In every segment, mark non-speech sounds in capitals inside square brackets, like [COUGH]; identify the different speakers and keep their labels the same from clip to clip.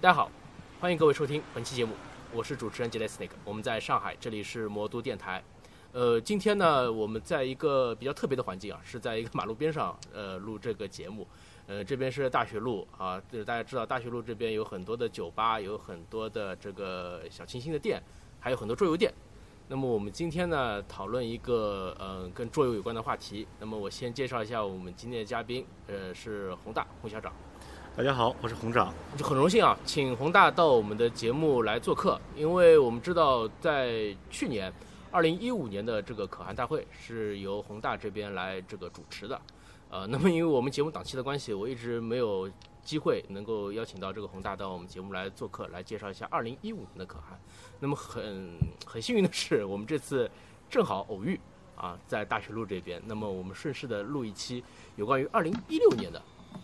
Speaker 1: 大家好，欢迎各位收听本期节目，我是主持人杰 a Snake，我们在上海，这里是魔都电台。呃，今天呢，我们在一个比较特别的环境啊，是在一个马路边上，呃，录这个节目。呃，这边是大学路啊，就是大家知道大学路这边有很多的酒吧，有很多的这个小清新的店，还有很多桌游店。那么我们今天呢，讨论一个呃跟桌游有关的话题。那么我先介绍一下我们今天的嘉宾，呃，是宏大洪校长。
Speaker 2: 大家好，我是红掌。
Speaker 1: 就很荣幸啊，请宏大到我们的节目来做客，因为我们知道在去年，二零一五年的这个可汗大会是由宏大这边来这个主持的，呃，那么因为我们节目档期的关系，我一直没有机会能够邀请到这个宏大到我们节目来做客，来介绍一下二零一五年的可汗。那么很很幸运的是，我们这次正好偶遇啊，在大学路这边，那么我们顺势的录一期有关于二零一六年的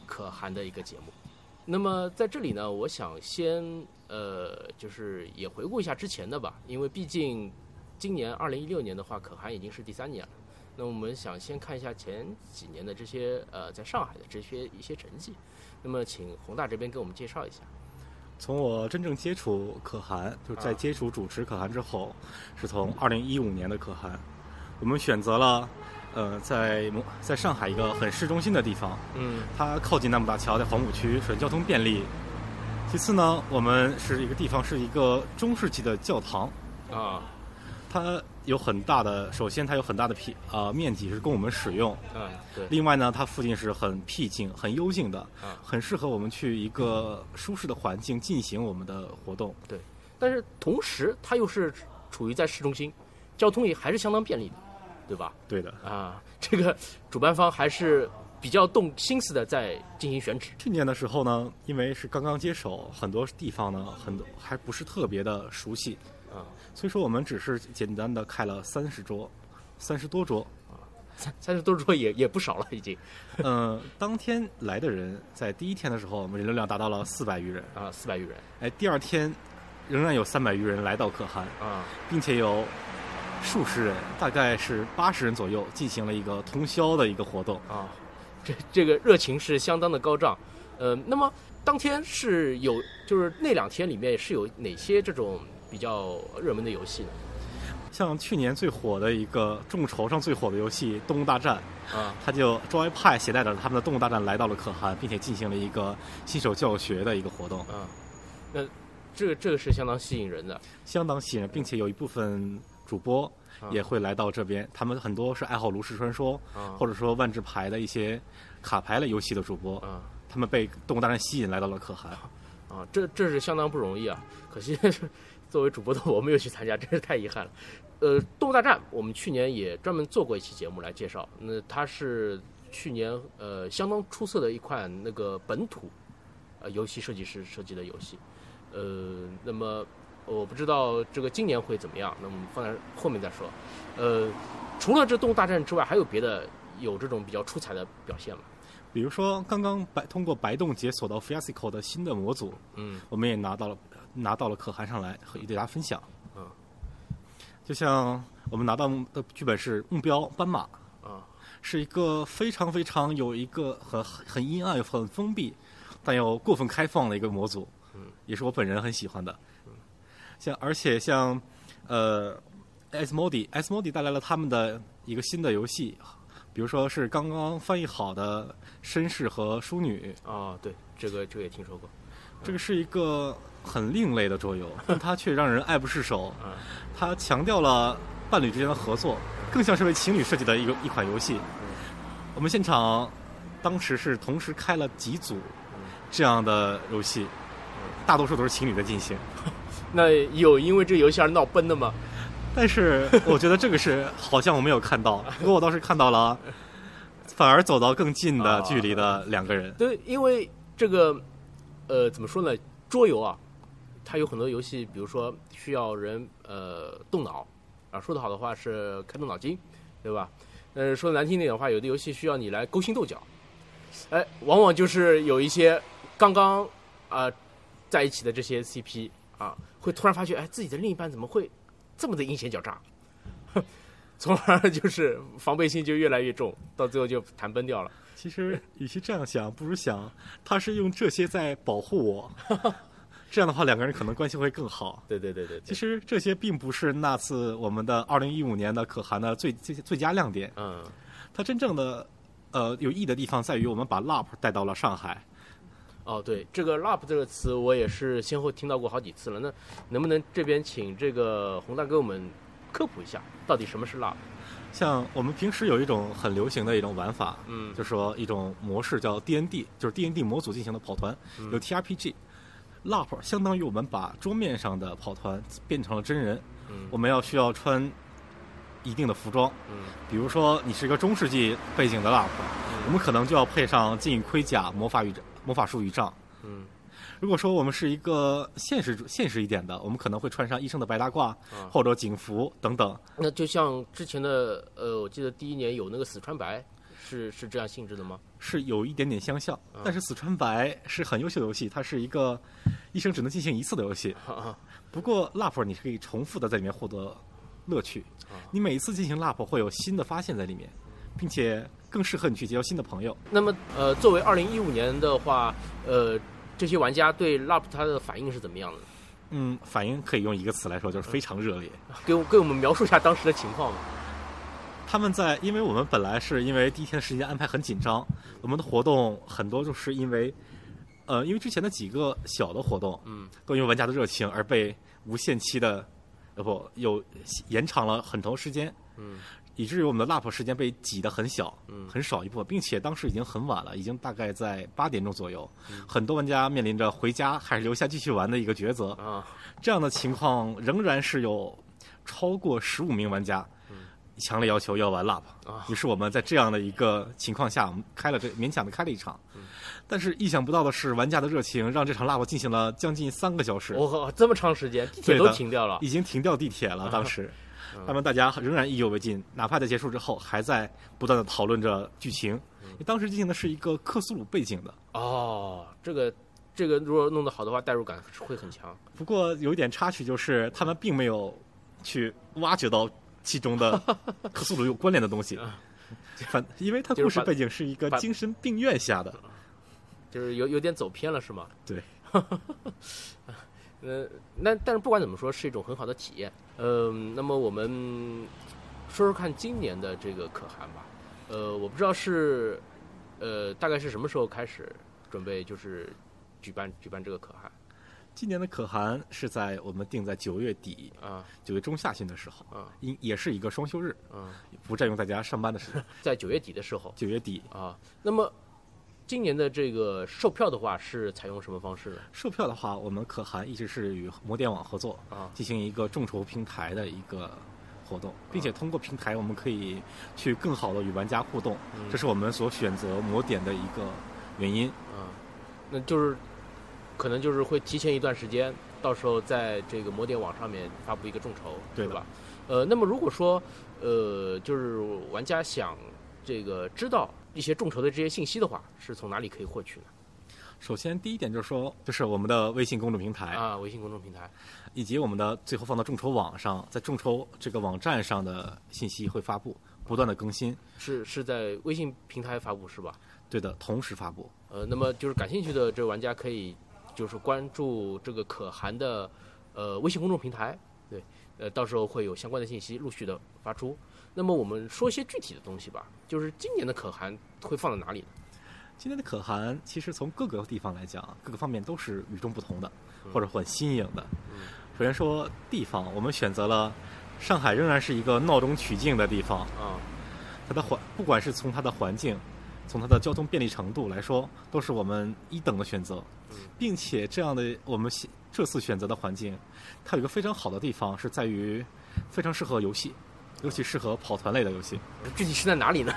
Speaker 1: 可汗的一个节目。那么在这里呢，我想先呃，就是也回顾一下之前的吧，因为毕竟今年二零一六年的话，可汗已经是第三年了。那我们想先看一下前几年的这些呃，在上海的这些一些成绩。那么请宏大这边给我们介绍一下。
Speaker 2: 从我真正接触可汗，就是在
Speaker 1: 啊
Speaker 2: 接触主持可汗之后，是从二零一五年的可汗，我们选择了，呃，在摩在上海一个很市中心的地方，
Speaker 1: 嗯
Speaker 2: 它靠近南浦大桥，在黄浦区，首先交通便利。其次呢，我们是一个地方是一个中世纪的教堂，
Speaker 1: 啊
Speaker 2: 它有很大的，首先它有很大的皮啊、面积是供我们使用，
Speaker 1: 嗯，对，
Speaker 2: 另外呢，它附近是很僻静、很幽静的
Speaker 1: 啊，
Speaker 2: 很适合我们去一个舒适的环境进行我们的活动。
Speaker 1: 但是同时它又是处于在市中心，交通也还是相当便利的，对吧？
Speaker 2: 对的，
Speaker 1: 啊，这个主办方还是比较动心思的在进行选址。
Speaker 2: 去年的时候呢，因为是刚刚接手，很多地方呢，很多还不是特别的熟悉，
Speaker 1: 啊，
Speaker 2: 所以说我们只是简单的开了三十桌，三十多桌。
Speaker 1: 三三十多桌也也不少了，已经
Speaker 2: 嗯、当天来的人，在第一天的时候，我们人流量达到了四百余人，
Speaker 1: 啊，四百余人
Speaker 2: 哎，第二天仍然有三百余人来到可汗，
Speaker 1: 啊，
Speaker 2: 并且有数十人，大概是八十人左右，进行了一个通宵的一个活动。
Speaker 1: 啊，这这个热情是相当的高涨。呃，那么当天是有，就是那两天里面是有哪些这种比较热门的游戏呢？
Speaker 2: 像去年最火的一个众筹上最火的游戏《动物大战》，
Speaker 1: 啊
Speaker 2: 它就 Joypad 携带着他们的《动物大战》来到了可汗，并且进行了一个新手教学的一个活动，
Speaker 1: 啊，那这个这个是相当吸引人的。
Speaker 2: 相当吸引人，并且有一部分主播
Speaker 1: 啊
Speaker 2: 也会来到这边，他们很多是爱好炉石传说
Speaker 1: 啊
Speaker 2: 或者说万智牌的一些卡牌类游戏的主播，
Speaker 1: 啊
Speaker 2: 他们被《动物大战》吸引来到了可汗。
Speaker 1: 啊，这这是相当不容易啊！可惜 [LAUGHS] 是作为主播的我没有去参加，真是太遗憾了。呃，《动物大战》我们去年也专门做过一期节目来介绍，那它是去年呃相当出色的一款那个本土呃游戏设计师设计的游戏，呃，那么我不知道这个今年会怎么样，那我们放在后面再说。呃，除了这《动物大战》之外，还有别的有这种比较出彩的表现吗？
Speaker 2: 比如说，刚刚白通过白洞解锁到 Fiasco 的新的模组，
Speaker 1: 嗯
Speaker 2: 我们也拿到了拿到了可汗上来和与大家分享。
Speaker 1: 嗯，
Speaker 2: 就像我们拿到的剧本是《目标斑马》，
Speaker 1: 啊
Speaker 2: 是一个非常非常有一个很很阴暗、很封闭，但又过分开放的一个模组，
Speaker 1: 嗯，
Speaker 2: 也是我本人很喜欢的。像而且像呃 s m o d i s m o d i 带来了他们的一个新的游戏，比如说是刚刚翻译好的《绅士和淑女》，
Speaker 1: 啊，对，这个这个也听说过。
Speaker 2: 这个是一个很另类的桌游，但它却让人爱不释手
Speaker 1: 嗯。
Speaker 2: 它强调了伴侣之间的合作，更像是为情侣设计的一个一款游戏。我们现场当时是同时开了几组这样的游戏，大多数都是情侣在进行。
Speaker 1: 那有因为这游戏而闹崩的吗？
Speaker 2: 但是我觉得这个是好像我没有看到，不过我倒是看到了，反而走到更近的距离的两个人。
Speaker 1: 对，因为这个，呃，怎么说呢？桌游啊，它有很多游戏，比如说需要人呃动脑，啊，说得好的话是开动脑筋，对吧？呃，说得难听点的话，有的游戏需要你来勾心斗角，哎，往往就是有一些刚刚啊、在一起的这些 CP 啊，会突然发觉，哎，自己的另一半怎么会这么的阴险狡诈，从而就是防备心就越来越重，到最后就谈崩掉了。
Speaker 2: 其实，与其这样想，不如想他是用这些在保护我，这样的话两个人可能关系会更好。
Speaker 1: 对对对对，
Speaker 2: 其
Speaker 1: 对
Speaker 2: 实这些并不是那次我们的二零一五年的可汗的最最最佳亮点，
Speaker 1: 嗯，
Speaker 2: 它真正的呃有意义的地方在于我们把 LARP 带到了上海。
Speaker 1: 哦，对，这个 “lap” 这个词我也是先后听到过好几次了。那能不能这边请这个宏大给我们科普一下，到底什么是 “lap”？
Speaker 2: 像我们平时有一种很流行的一种玩法，
Speaker 1: 嗯
Speaker 2: 就说一种模式叫 D N D，就是 D N D 模组进行的跑团，
Speaker 1: 嗯
Speaker 2: 有 T R P G。LARP 相当于我们把桌面上的跑团变成了真人，
Speaker 1: 嗯
Speaker 2: 我们要需要穿一定的服装，
Speaker 1: 嗯
Speaker 2: 比如说你是一个中世纪背景的 LARP，我们可能就要配上禁盔甲、魔法与魔法术与杖。
Speaker 1: 嗯
Speaker 2: 如果说我们是一个现实现实一点的，我们可能会穿上医生的白大褂
Speaker 1: 啊
Speaker 2: 或者警服等等。
Speaker 1: 那就像之前的，呃，我记得第一年有那个死川白，是是这样性质的吗？
Speaker 2: 是有一点点相像
Speaker 1: 啊，
Speaker 2: 但是死川白是很优秀的游戏，它是一个一生只能进行一次的游戏。
Speaker 1: 啊
Speaker 2: 不过 LARP 你是可以重复的在里面获得乐趣
Speaker 1: 啊，
Speaker 2: 你每一次进行 LARP 会有新的发现在里面，并且更适合你去结交新的朋友。
Speaker 1: 那么，呃，作为二零一五年的话，呃，这些玩家对 “lap” 它的反应是怎么样的呢？
Speaker 2: 嗯，反应可以用一个词来说，就是非常热烈。
Speaker 1: 给我给我们描述一下当时的情况吧。
Speaker 2: 他们在，因为我们本来是因为第一天的时间安排很紧张，我们的活动很多就是因为，呃，因为之前的几个小的活动，
Speaker 1: 嗯，
Speaker 2: 都因为玩家的热情而被无限期的，呃不，有延长了很长时间，
Speaker 1: 嗯，
Speaker 2: 以至于我们的 LAP 时间被挤得很小，
Speaker 1: 嗯
Speaker 2: 很少一部分，并且当时已经很晚了，已经大概在八点钟左右，
Speaker 1: 嗯
Speaker 2: 很多玩家面临着回家还是留下继续玩的一个抉择，
Speaker 1: 啊，
Speaker 2: 这样的情况仍然是有超过十五名玩家强烈要求要玩 LAP，、
Speaker 1: 啊
Speaker 2: 于是我们在这样的一个情况下，我们开了这勉强的开了一场，但是意想不到的是，玩家的热情让这场 LAP 进行了将近三个小时，
Speaker 1: 我靠，这么长时间，地铁
Speaker 2: 对
Speaker 1: 都
Speaker 2: 的
Speaker 1: 停掉了。
Speaker 2: 已经停掉地铁了，当时。那么大家仍然意犹未尽，哪怕在结束之后，还在不断的讨论着剧情。因为当时进行的是一个克苏鲁背景的，
Speaker 1: 哦，这个这个如果弄得好的话，代入感会很强。
Speaker 2: 不过有一点插曲就是，他们并没有去挖掘到其中的克苏鲁有关联的东西。反，因为它
Speaker 1: 就是
Speaker 2: 故事
Speaker 1: 把
Speaker 2: 背景是一个
Speaker 1: 把
Speaker 2: 精神病院下的，
Speaker 1: 就是有有点走偏了，是吗？
Speaker 2: 对。
Speaker 1: [LAUGHS] 呃，那但是不管怎么说，是一种很好的体验。嗯、那么我们说说看今年的这个可汗吧。呃，我不知道是呃大概是什么时候开始准备就是举办举办这个可汗
Speaker 2: 今年的可汗是在我们定在九月底、
Speaker 1: 啊
Speaker 2: 九月中下旬的时候，
Speaker 1: 啊
Speaker 2: 因也是一个双休日，
Speaker 1: 啊，
Speaker 2: 不占用大家上班的时间。
Speaker 1: 在九月底的时候
Speaker 2: 九月底
Speaker 1: 啊。那么今年的这个售票的话是采用什么方式呢？
Speaker 2: 售票的话，我们可汗一直是与摩电网合作，
Speaker 1: 啊
Speaker 2: 进行一个众筹平台的一个活动，
Speaker 1: 嗯
Speaker 2: 并且通过平台我们可以去更好的与玩家互动，
Speaker 1: 嗯
Speaker 2: 这是我们所选择摩点的一个原因。
Speaker 1: 嗯，那就是可能就是会提前一段时间，到时候在这个摩点网上面发布一个众筹，
Speaker 2: 对的
Speaker 1: 吧？呃，那么如果说呃，就是玩家想这个知道一些众筹的这些信息的话，是从哪里可以获取呢？
Speaker 2: 首先，第一点就是说，就是我们的微信公众平台，
Speaker 1: 啊，微信公众平台
Speaker 2: 以及我们的最后放到众筹网上，在众筹这个网站上的信息会发布，不断的更新，
Speaker 1: 是是在微信平台发布是吧？
Speaker 2: 对的，同时发布。
Speaker 1: 呃，那么就是感兴趣的这玩家可以就是关注这个可汗的呃微信公众平台，对，呃，到时候会有相关的信息陆续的发出。那么我们说一些具体的东西吧，就是今年的可汗会放在哪里呢？
Speaker 2: 今天的可汗其实从各个地方来讲，各个方面都是与众不同的，或者很新颖的。首先说地方，我们选择了上海，仍然是一个闹中取静的地方。
Speaker 1: 啊，
Speaker 2: 它的环，不管是从它的环境，从它的交通便利程度来说，都是我们一等的选择，并且这样的我们选这次选择的环境，它有一个非常好的地方是在于非常适合游戏，尤其适合跑团类的游戏，
Speaker 1: 具体是在哪里呢？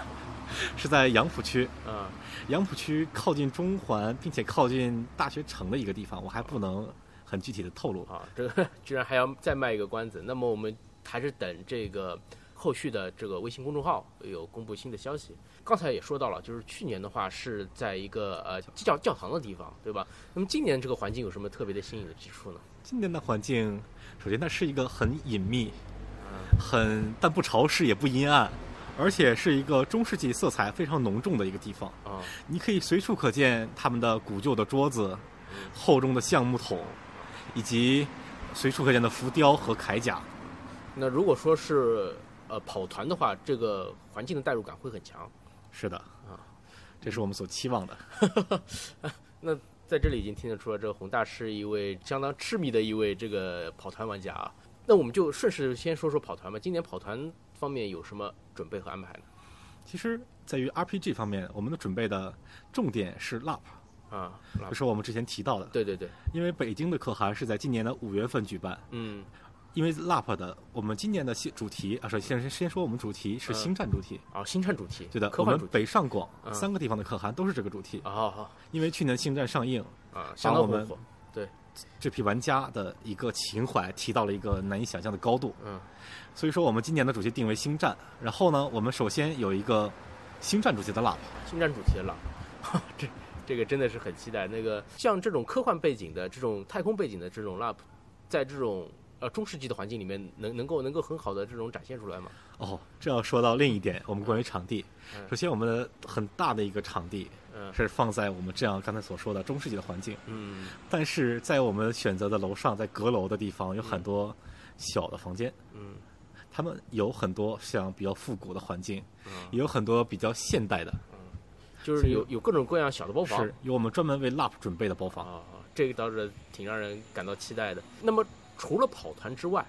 Speaker 2: 是在杨浦区。
Speaker 1: 啊，
Speaker 2: 杨浦区靠近中环，并且靠近大学城的一个地方，我还不能很具体的透露。
Speaker 1: 啊，这 [LAUGHS] 个居然还要再卖一个关子。那么我们还是等这个后续的这个微信公众号有公布新的消息。刚才也说到了，就是去年的话是在一个呃教教堂的地方，对吧？那么今年这个环境有什么特别的新颖的之处呢？
Speaker 2: 今年的环境，首先它是一个很隐秘，很但不潮湿也不阴暗，而且是一个中世纪色彩非常浓重的一个地方。
Speaker 1: 啊
Speaker 2: 你可以随处可见他们的古旧的桌子、厚重的橡木桶、以及随处可见的浮雕和铠甲。
Speaker 1: 那如果说是呃跑团的话，这个环境的代入感会很强。
Speaker 2: 是的，啊，这是我们所期望的。
Speaker 1: 那在这里已经听得出来，这个洪大是一位相当痴迷的一位这个跑团玩家啊。那我们就顺势先说说跑团吧。今年跑团方面有什么准备和安排呢？
Speaker 2: 其实，在于 RPG 方面，我们的准备的重点是 LARP，
Speaker 1: 啊，拉
Speaker 2: 就是我们之前提到的。
Speaker 1: 对对对，
Speaker 2: 因为北京的可汗是在今年的五月份举办，
Speaker 1: 嗯
Speaker 2: 因为 LARP 的我们今年的新主题啊，首先先先说我们主题是
Speaker 1: 嗯
Speaker 2: 星战主题，
Speaker 1: 啊，星战主题，
Speaker 2: 对的，
Speaker 1: 科
Speaker 2: 我
Speaker 1: 幻
Speaker 2: 们
Speaker 1: 主题，
Speaker 2: 北上广
Speaker 1: 嗯
Speaker 2: 三个地方的可汗都是这个主题，
Speaker 1: 啊好好
Speaker 2: 因为去年星战上映，
Speaker 1: 啊，相当
Speaker 2: 我
Speaker 1: 红
Speaker 2: 们
Speaker 1: 火，
Speaker 2: 这批玩家的一个情怀提到了一个难以想象的高度，
Speaker 1: 嗯
Speaker 2: 所以说我们今年的主题定为星战，然后呢，我们首先有一个星战主题的 LARP，
Speaker 1: 星战主题了，这这个真的是很期待。那个像这种科幻背景的、这种太空背景的这种 lab，在这种呃中世纪的环境里面，能能够能够很好的这种展现出来吗？
Speaker 2: 哦，这要说到另一点，我们关于场地
Speaker 1: 嗯，
Speaker 2: 首先我们的很大的一个场地
Speaker 1: 嗯
Speaker 2: 是放在我们这样刚才所说的中世纪的环境，
Speaker 1: 嗯
Speaker 2: 但是在我们选择的楼上，在阁楼的地方有很多小的房间，
Speaker 1: 嗯
Speaker 2: 他们有很多像比较复古的环境，
Speaker 1: 嗯，
Speaker 2: 也有很多比较现代的，
Speaker 1: 就是有有各种各样小的包房
Speaker 2: 是有我们专门为 LARP 准备的包
Speaker 1: 啊
Speaker 2: 房。
Speaker 1: 啊，这个倒是挺让人感到期待的。那么除了跑团之外，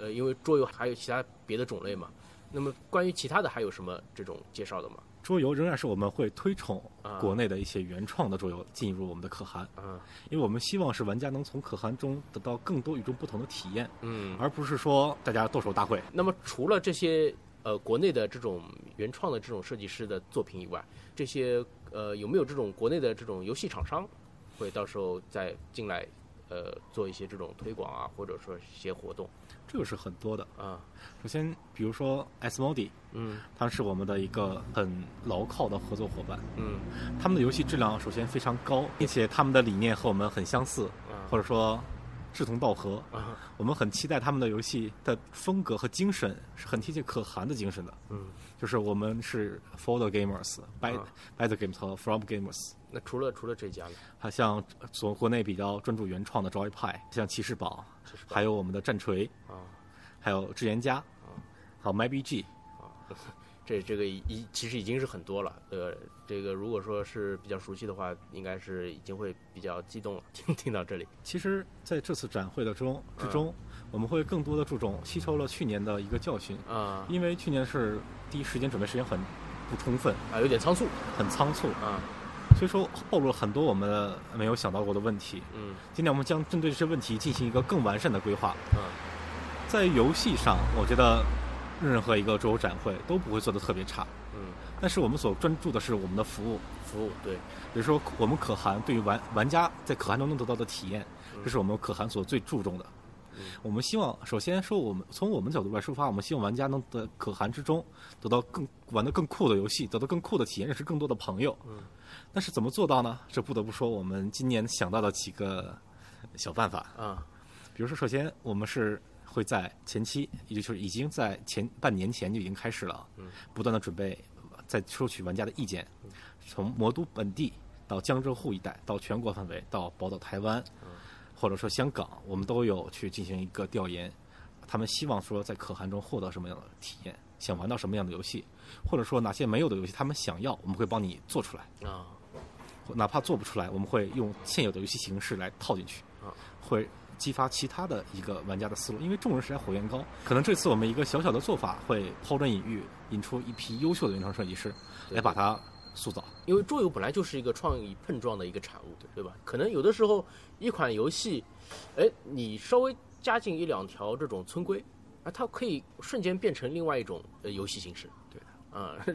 Speaker 1: 呃，因为桌游还有其他别的种类嘛，那么关于其他的还有什么这种介绍的吗？
Speaker 2: 桌游仍然是我们会推崇
Speaker 1: 啊
Speaker 2: 国内的一些原创的桌游进入我们的可汗，
Speaker 1: 啊
Speaker 2: 因为我们希望是玩家能从可汗中得到更多与众不同的体验，
Speaker 1: 嗯，
Speaker 2: 而不是说大家剁手大会。
Speaker 1: 那么除了这些呃国内的这种原创的这种设计师的作品以外，这些呃有没有这种国内的这种游戏厂商会到时候再进来呃做一些这种推广啊，或者说一些活动
Speaker 2: 这个是很多的。
Speaker 1: 啊？
Speaker 2: 首先，比如说 S Modi，
Speaker 1: 嗯
Speaker 2: 它是我们的一个很牢靠的合作伙伴。
Speaker 1: 嗯
Speaker 2: 他们的游戏质量首先非常高，并且他们的理念和我们很相似，
Speaker 1: 啊
Speaker 2: 或者说志同道合。
Speaker 1: 啊
Speaker 2: 我们很期待他们的游戏的风格和精神是很贴近可汗的精神的，
Speaker 1: 嗯。
Speaker 2: 就是我们是 for the gamers、by、
Speaker 1: 啊
Speaker 2: by the games 和 from gamers。
Speaker 1: 那除了除了这家呢？
Speaker 2: 它像从国内比较专注原创的 Joypad，像骑士堡，
Speaker 1: 这是吧
Speaker 2: 还有我们的战锤，
Speaker 1: 啊
Speaker 2: 还有智研家，还有 MyBG，
Speaker 1: 啊，这这个已其实已经是很多了。呃，这个如果说是比较熟悉的话，应该是已经会比较激动了。听 [LAUGHS] 听到这里，
Speaker 2: 其实，在这次展会的中之中，我们会更多的注重吸收了去年的一个教训，
Speaker 1: 啊
Speaker 2: 因为去年是第一时间准备时间很不充分，
Speaker 1: 啊，有点仓促
Speaker 2: 很仓促，
Speaker 1: 啊，
Speaker 2: 所以说暴露了很多我们的没有想到过的问题。
Speaker 1: 嗯
Speaker 2: 今年我们将针对这些问题进行一个更完善的规划。
Speaker 1: 嗯
Speaker 2: 在游戏上，我觉得任何一个桌游展会都不会做得特别差，
Speaker 1: 嗯，
Speaker 2: 但是我们所专注的是我们的服务，
Speaker 1: 服务对。
Speaker 2: 比如说我们可汗对于玩玩家在可汗中能得到的体验，
Speaker 1: 嗯
Speaker 2: 这是我们可汗所最注重的
Speaker 1: 嗯。
Speaker 2: 我们希望，首先说我们从我们角度来出发，我们希望玩家能在可汗之中得到更玩的更酷的游戏，得到更酷的体验，认识更多的朋友。
Speaker 1: 嗯
Speaker 2: 但是怎么做到呢？这不得不说我们今年想到的几个小办法，
Speaker 1: 啊，
Speaker 2: 比如说，首先我们是会在前期，也就是已经在前半年前就已经开始了，
Speaker 1: 嗯
Speaker 2: 不断的准备，在收取玩家的意见，从魔都本地到江浙沪一带，到全国范围，到宝岛台湾，
Speaker 1: 嗯
Speaker 2: 或者说香港，我们都有去进行一个调研，他们希望说在可汗中获得什么样的体验，想玩到什么样的游戏，或者说哪些没有的游戏他们想要，我们会帮你做出来。
Speaker 1: 啊
Speaker 2: 哪怕做不出来，我们会用现有的游戏形式来套进去
Speaker 1: 啊，
Speaker 2: 会激发其他的一个玩家的思路。因为众人拾柴火焰高，可能这次我们一个小小的做法会抛砖引玉，引出一批优秀的原创设计师
Speaker 1: 对
Speaker 2: 来把它塑造。
Speaker 1: 因为桌游本来就是一个创意碰撞的一个产物，对吧？可能有的时候一款游戏，哎，你稍微加进一两条这种村规，啊，它可以瞬间变成另外一种呃游戏形式。
Speaker 2: 对
Speaker 1: 的，啊， [LAUGHS]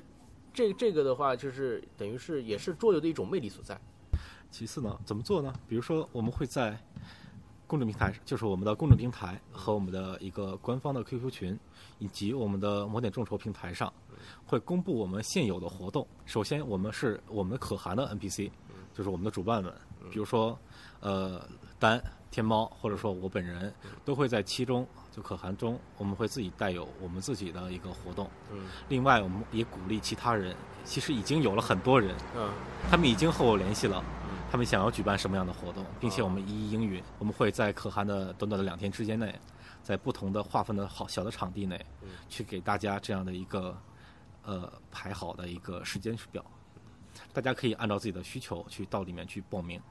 Speaker 1: 这这个的话就是等于是也是桌游的一种魅力所在。
Speaker 2: 其次呢，怎么做呢？比如说，我们会在公众平台，就是我们的公众平台和我们的一个官方的 QQ 群，以及我们的某点众筹平台上，会公布我们现有的活动。首先，我们是我们的可汗的 NPC，就是我们的主办们，比如说，呃，丹、天猫，或者说我本人，都会在其中就可汗中，我们会自己带有我们自己的一个活动。
Speaker 1: 嗯
Speaker 2: 另外，我们也鼓励其他人，其实已经有了很多人，
Speaker 1: 嗯
Speaker 2: 他们已经和我联系了
Speaker 1: 嗯，哦
Speaker 2: 他他们想要举办什么样的活动，并且我们一一应允。我们会在可汗的短短的两天之间内，在不同的划分的好小的场地内
Speaker 1: 嗯，
Speaker 2: 去给大家这样的一个呃排好的一个时间表，大家可以按照自己的需求去到里面去报名。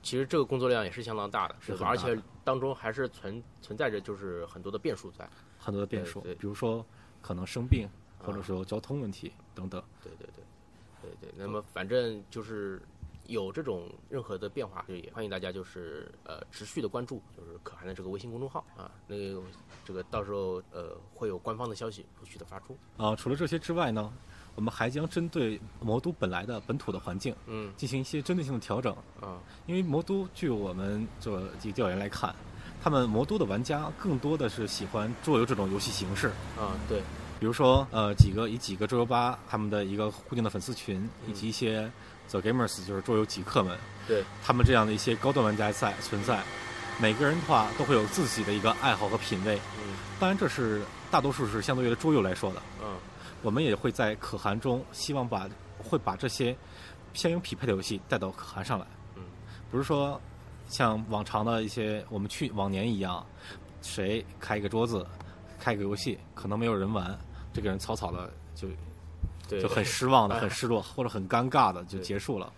Speaker 1: 其实这个工作量也是相当大的，
Speaker 2: 是
Speaker 1: 对
Speaker 2: 很
Speaker 1: 吧？而
Speaker 2: 大的
Speaker 1: 且当中还是存存在着就是很多的变数在。
Speaker 2: 很多的变数
Speaker 1: 对对，
Speaker 2: 比如说可能生病，
Speaker 1: 啊
Speaker 2: 或者说交通问题等等。
Speaker 1: 对对对，对对。那么反正就是有这种任何的变化，就也欢迎大家就是呃持续的关注，就是可汗的这个微信公众号啊，那个这个到时候呃会有官方的消息陆续的发出。
Speaker 2: 啊，除了这些之外呢，我们还将针对魔都本来的本土的环境
Speaker 1: 嗯
Speaker 2: 进行一些针对性的调整，
Speaker 1: 啊
Speaker 2: 因为魔都据我们这个几个调研来看，他们魔都的玩家更多的是喜欢桌游这种游戏形式，
Speaker 1: 啊对，
Speaker 2: 比如说呃几个以几个桌游吧他们的一个固定的粉丝群，以及一些 The Gamers 就是桌游极客们，
Speaker 1: 对
Speaker 2: 他们这样的一些高端玩家在存在，每个人的话都会有自己的一个爱好和品味。
Speaker 1: 嗯
Speaker 2: 当然，这是大多数是相对于桌游来说的。
Speaker 1: 嗯
Speaker 2: 我们也会在可汗中，希望把会把这些相应匹配的游戏带到可汗上来。
Speaker 1: 嗯，
Speaker 2: 不是说像往常的一些我们去往年一样，谁开一个桌子，开一个游戏，可能没有人玩，这个人草草的就
Speaker 1: 对，
Speaker 2: 就很失
Speaker 1: [LAUGHS]
Speaker 2: 望的、很失落或者很尴尬的就结束了。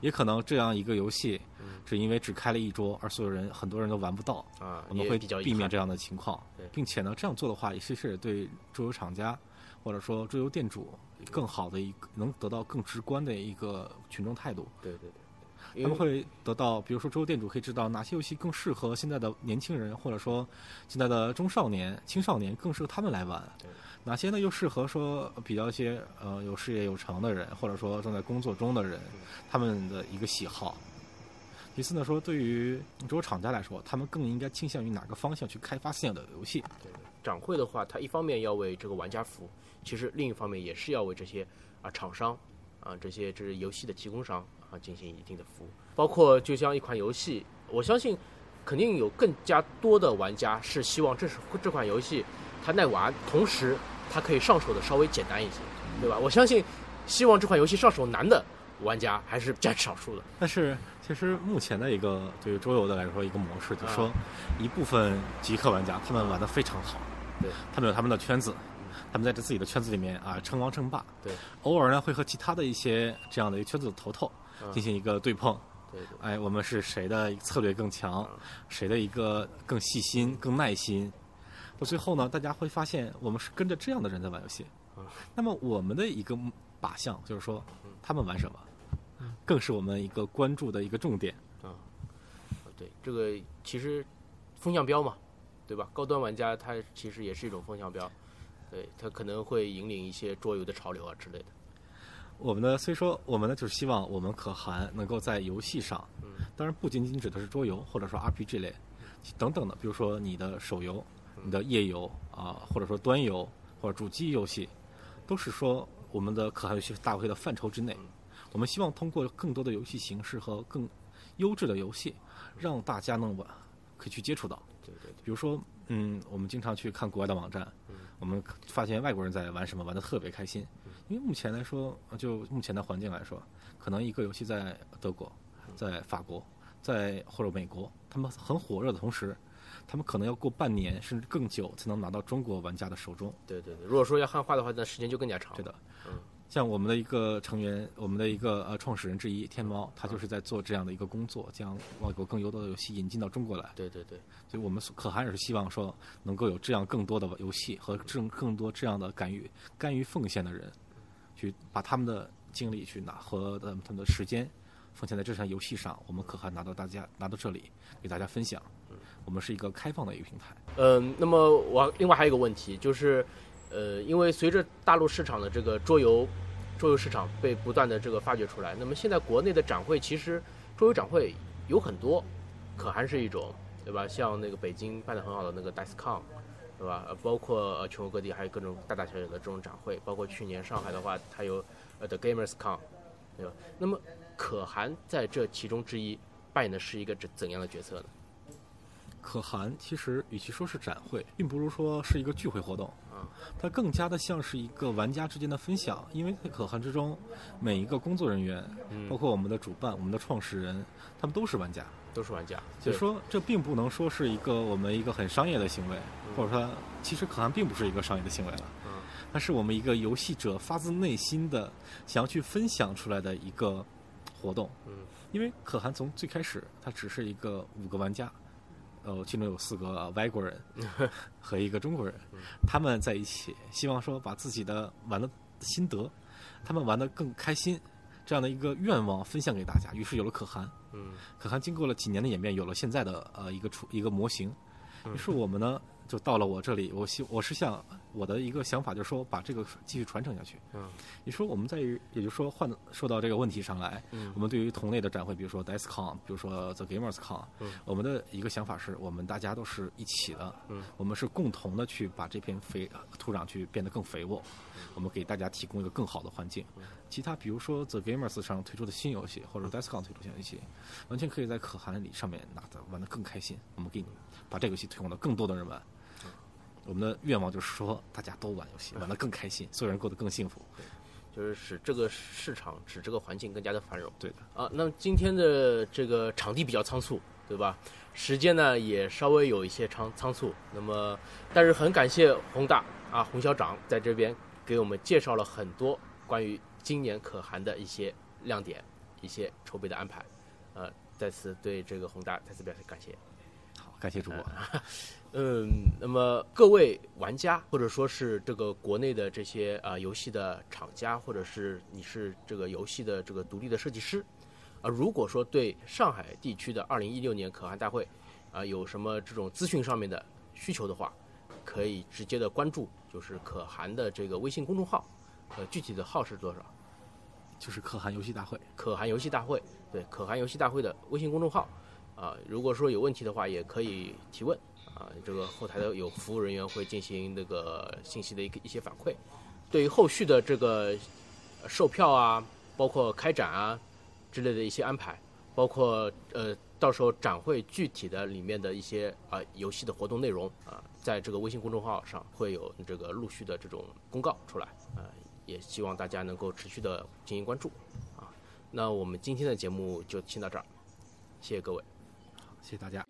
Speaker 2: 也可能这样一个游戏
Speaker 1: 嗯，
Speaker 2: 只因为只开了一桌，而所有人很多人都玩不到。
Speaker 1: 啊，
Speaker 2: 我们
Speaker 1: 也
Speaker 2: 会
Speaker 1: 比较遗
Speaker 2: 避免
Speaker 1: 憾
Speaker 2: 这样的情况
Speaker 1: 对，
Speaker 2: 并且呢，这样做的话，也其实也对桌游厂家或者说桌游店主更好的一个能得到更直观的一个群众态度。
Speaker 1: 对对对对，
Speaker 2: 他
Speaker 1: 因
Speaker 2: 们
Speaker 1: 为
Speaker 2: 会得到，比如说桌游店主可以知道哪些游戏更适合现在的年轻人，或者说现在的中少年、青少年更适合他们来玩
Speaker 1: 对。
Speaker 2: 哪些呢又适合说比较一些呃有事业有成的人，或者说正在工作中的人，他们的一个喜好。其次呢，说对于桌游厂家来说，他们更应该倾向于哪个方向去开发现有的游戏。
Speaker 1: 展会的话，它一方面要为这个玩家服务，其实另一方面也是要为这些啊厂商啊这些这是游戏的提供商啊进行一定的服务。包括就像一款游戏，我相信肯定有更加多的玩家是希望这是这款游戏它耐玩，同时它可以上手的稍微简单一些，对吧？我相信希望这款游戏上手难的玩家还是占少数的。
Speaker 2: 但是其实目前的一个对于桌游的来说一个模式，就是
Speaker 1: 啊
Speaker 2: 说一部分极客玩家他们玩的非常好，
Speaker 1: 对，
Speaker 2: 他们有他们的圈子，他们在这自己的圈子里面啊称王称霸，
Speaker 1: 对，
Speaker 2: 偶尔呢会和其他的一些这样的一个圈子的头头
Speaker 1: 嗯
Speaker 2: 进行一个对碰，
Speaker 1: 对对
Speaker 2: 哎，我们是谁的策略更强，谁的一个更细心、更耐心。到最后呢，大家会发现我们是跟着这样的人在玩游戏
Speaker 1: 嗯。
Speaker 2: 那么我们的一个靶向就是说，他们玩什么，更是我们一个关注的一个重点。
Speaker 1: 对，这个其实风向标嘛，对吧？高端玩家他其实也是一种风向标，对他可能会引领一些桌游的潮流啊之类的。
Speaker 2: 我们呢，虽说我们呢，就是希望我们可汗能够在游戏上，当然不仅仅指的是桌游或者说 RPG 类等等的，比如说你的手游、你的页游啊、或者说端游或者主机游戏，都是说我们的可汗游戏大会的范畴之内。我们希望通过更多的游戏形式和更优质的游戏，让大家能玩，可以去接触到。
Speaker 1: 对对
Speaker 2: 比如说，嗯，我们经常去看国外的网站，我们发现外国人在玩什么，玩的特别开心。因为目前来说，呃就目前的环境来说，可能一个游戏在德国、在法国、在或者美国，他们很火热的同时，他们可能要过半年甚至更久才能拿到中国玩家的手中。
Speaker 1: 对对对，如果说要汉化的话，那时间就更加长。
Speaker 2: 对的，
Speaker 1: 嗯
Speaker 2: 像我们的一个成员，我们的一个呃创始人之一天猫，他就是在做这样的一个工作，将外国更优秀的游戏引进到中国来。
Speaker 1: 对对对
Speaker 2: 所以我们所可汗也是希望说，能够有这样更多的游戏和更更多这样的敢于甘于奉献的人，去把他们的精力去拿和他们他们的时间奉献在这场游戏上。我们可汗拿到大家拿到这里给大家分享，我们是一个开放的一个平台。
Speaker 1: 嗯，那么我另外还有一个问题就是，呃，因为随着大陆市场的这个桌游桌游市场被不断的这个发掘出来，那么现在国内的展会其实桌游展会有很多，可汗是一种，对吧？像那个北京办的很好的那个 DICECON，对吧？呃包括呃全国各地还有各种大大小小的这种展会，包括去年上海的话，它有呃 The GamersCon，对吧？那么可汗在这其中之一扮演的是一个怎怎样的角色呢？
Speaker 2: 可汗其实与其说是展会，并不如说是一个聚会活动
Speaker 1: 啊。
Speaker 2: 它更加的像是一个玩家之间的分享，因为在可汗之中，每一个工作人员，
Speaker 1: 嗯
Speaker 2: 包括我们的主办、我们的创始人，他们都是玩家。
Speaker 1: 都是玩家，
Speaker 2: 所
Speaker 1: 对
Speaker 2: 以说，这并不能说是一个我们一个很商业的行为，或者说，其实可汗并不是一个商业的行为了，
Speaker 1: 嗯
Speaker 2: 它是我们一个游戏者发自内心的想要去分享出来的一个活动。
Speaker 1: 嗯
Speaker 2: 因为可汗从最开始，他只是一个五个玩家，呃，其中有四个外
Speaker 1: [LAUGHS]
Speaker 2: 国人和一个中国人，
Speaker 1: 嗯
Speaker 2: 他们在一起，希望说把自己的玩的心得，他们玩的更开心，这样的一个愿望分享给大家，于是有了可汗。
Speaker 1: 嗯
Speaker 2: 可汗经过了几年的演变，有了现在的呃一个出一个模型。
Speaker 1: 嗯
Speaker 2: 于是我们呢，就到了我这里，我希我是想我的一个想法，就是说把这个继续传承下去。
Speaker 1: 嗯
Speaker 2: 你说我们在于，也就是说换说到这个问题上来，
Speaker 1: 嗯
Speaker 2: 我们对于同类的展会，比如说 DiceCon，比如说 The GamersCon，、
Speaker 1: 嗯
Speaker 2: 我们的一个想法是我们大家都是一起的，
Speaker 1: 嗯
Speaker 2: 我们是共同的去把这片肥土壤去变得更肥沃，
Speaker 1: 嗯
Speaker 2: 我们给大家提供一个更好的环境。其他比如说 The Gamers 上推出的新游戏，或
Speaker 1: 嗯
Speaker 2: 者 DiceCon 推出的新游戏，完全可以在可汗里上面拿的玩的更开心。我们给你把这个游戏推广到更多的人玩。我们的愿望就是说，大家都玩游戏，玩的更开心，所有人过得更幸福。
Speaker 1: 就是使这个市场、使这个环境更加的繁荣。
Speaker 2: 对的，
Speaker 1: 啊，那么今天的这个场地比较仓促，对吧？时间呢也稍微有一些仓仓促。那么，但是很感谢宏大啊，洪校长在这边给我们介绍了很多关于今年可汗的一些亮点、一些筹备的安排。呃，再次对这个宏大再次表示感谢。
Speaker 2: 好，感谢主播。
Speaker 1: 嗯，那么各位玩家，或者说是这个国内的这些啊、呃游戏的厂家，或者是你是这个游戏的这个独立的设计师，啊、如果说对上海地区的二零一六年可汗大会啊、有什么这种资讯上面的需求的话，可以直接的关注就是可汗的这个微信公众号，呃，具体的号是多少？
Speaker 2: 就是可汗游戏大会。
Speaker 1: 可汗游戏大会，对可汗游戏大会的微信公众号啊、如果说有问题的话，也可以提问啊、这个后台的有服务人员会进行那个信息的一个一些反馈。对于后续的这个呃售票啊，包括开展啊之类的一些安排，包括呃到时候展会具体的里面的一些啊、游戏的活动内容啊、在这个微信公众号上会有这个陆续的这种公告出来啊、也希望大家能够持续的进行关注。那我们今天的节目就先到这儿，谢谢各位。
Speaker 2: 谢谢大家。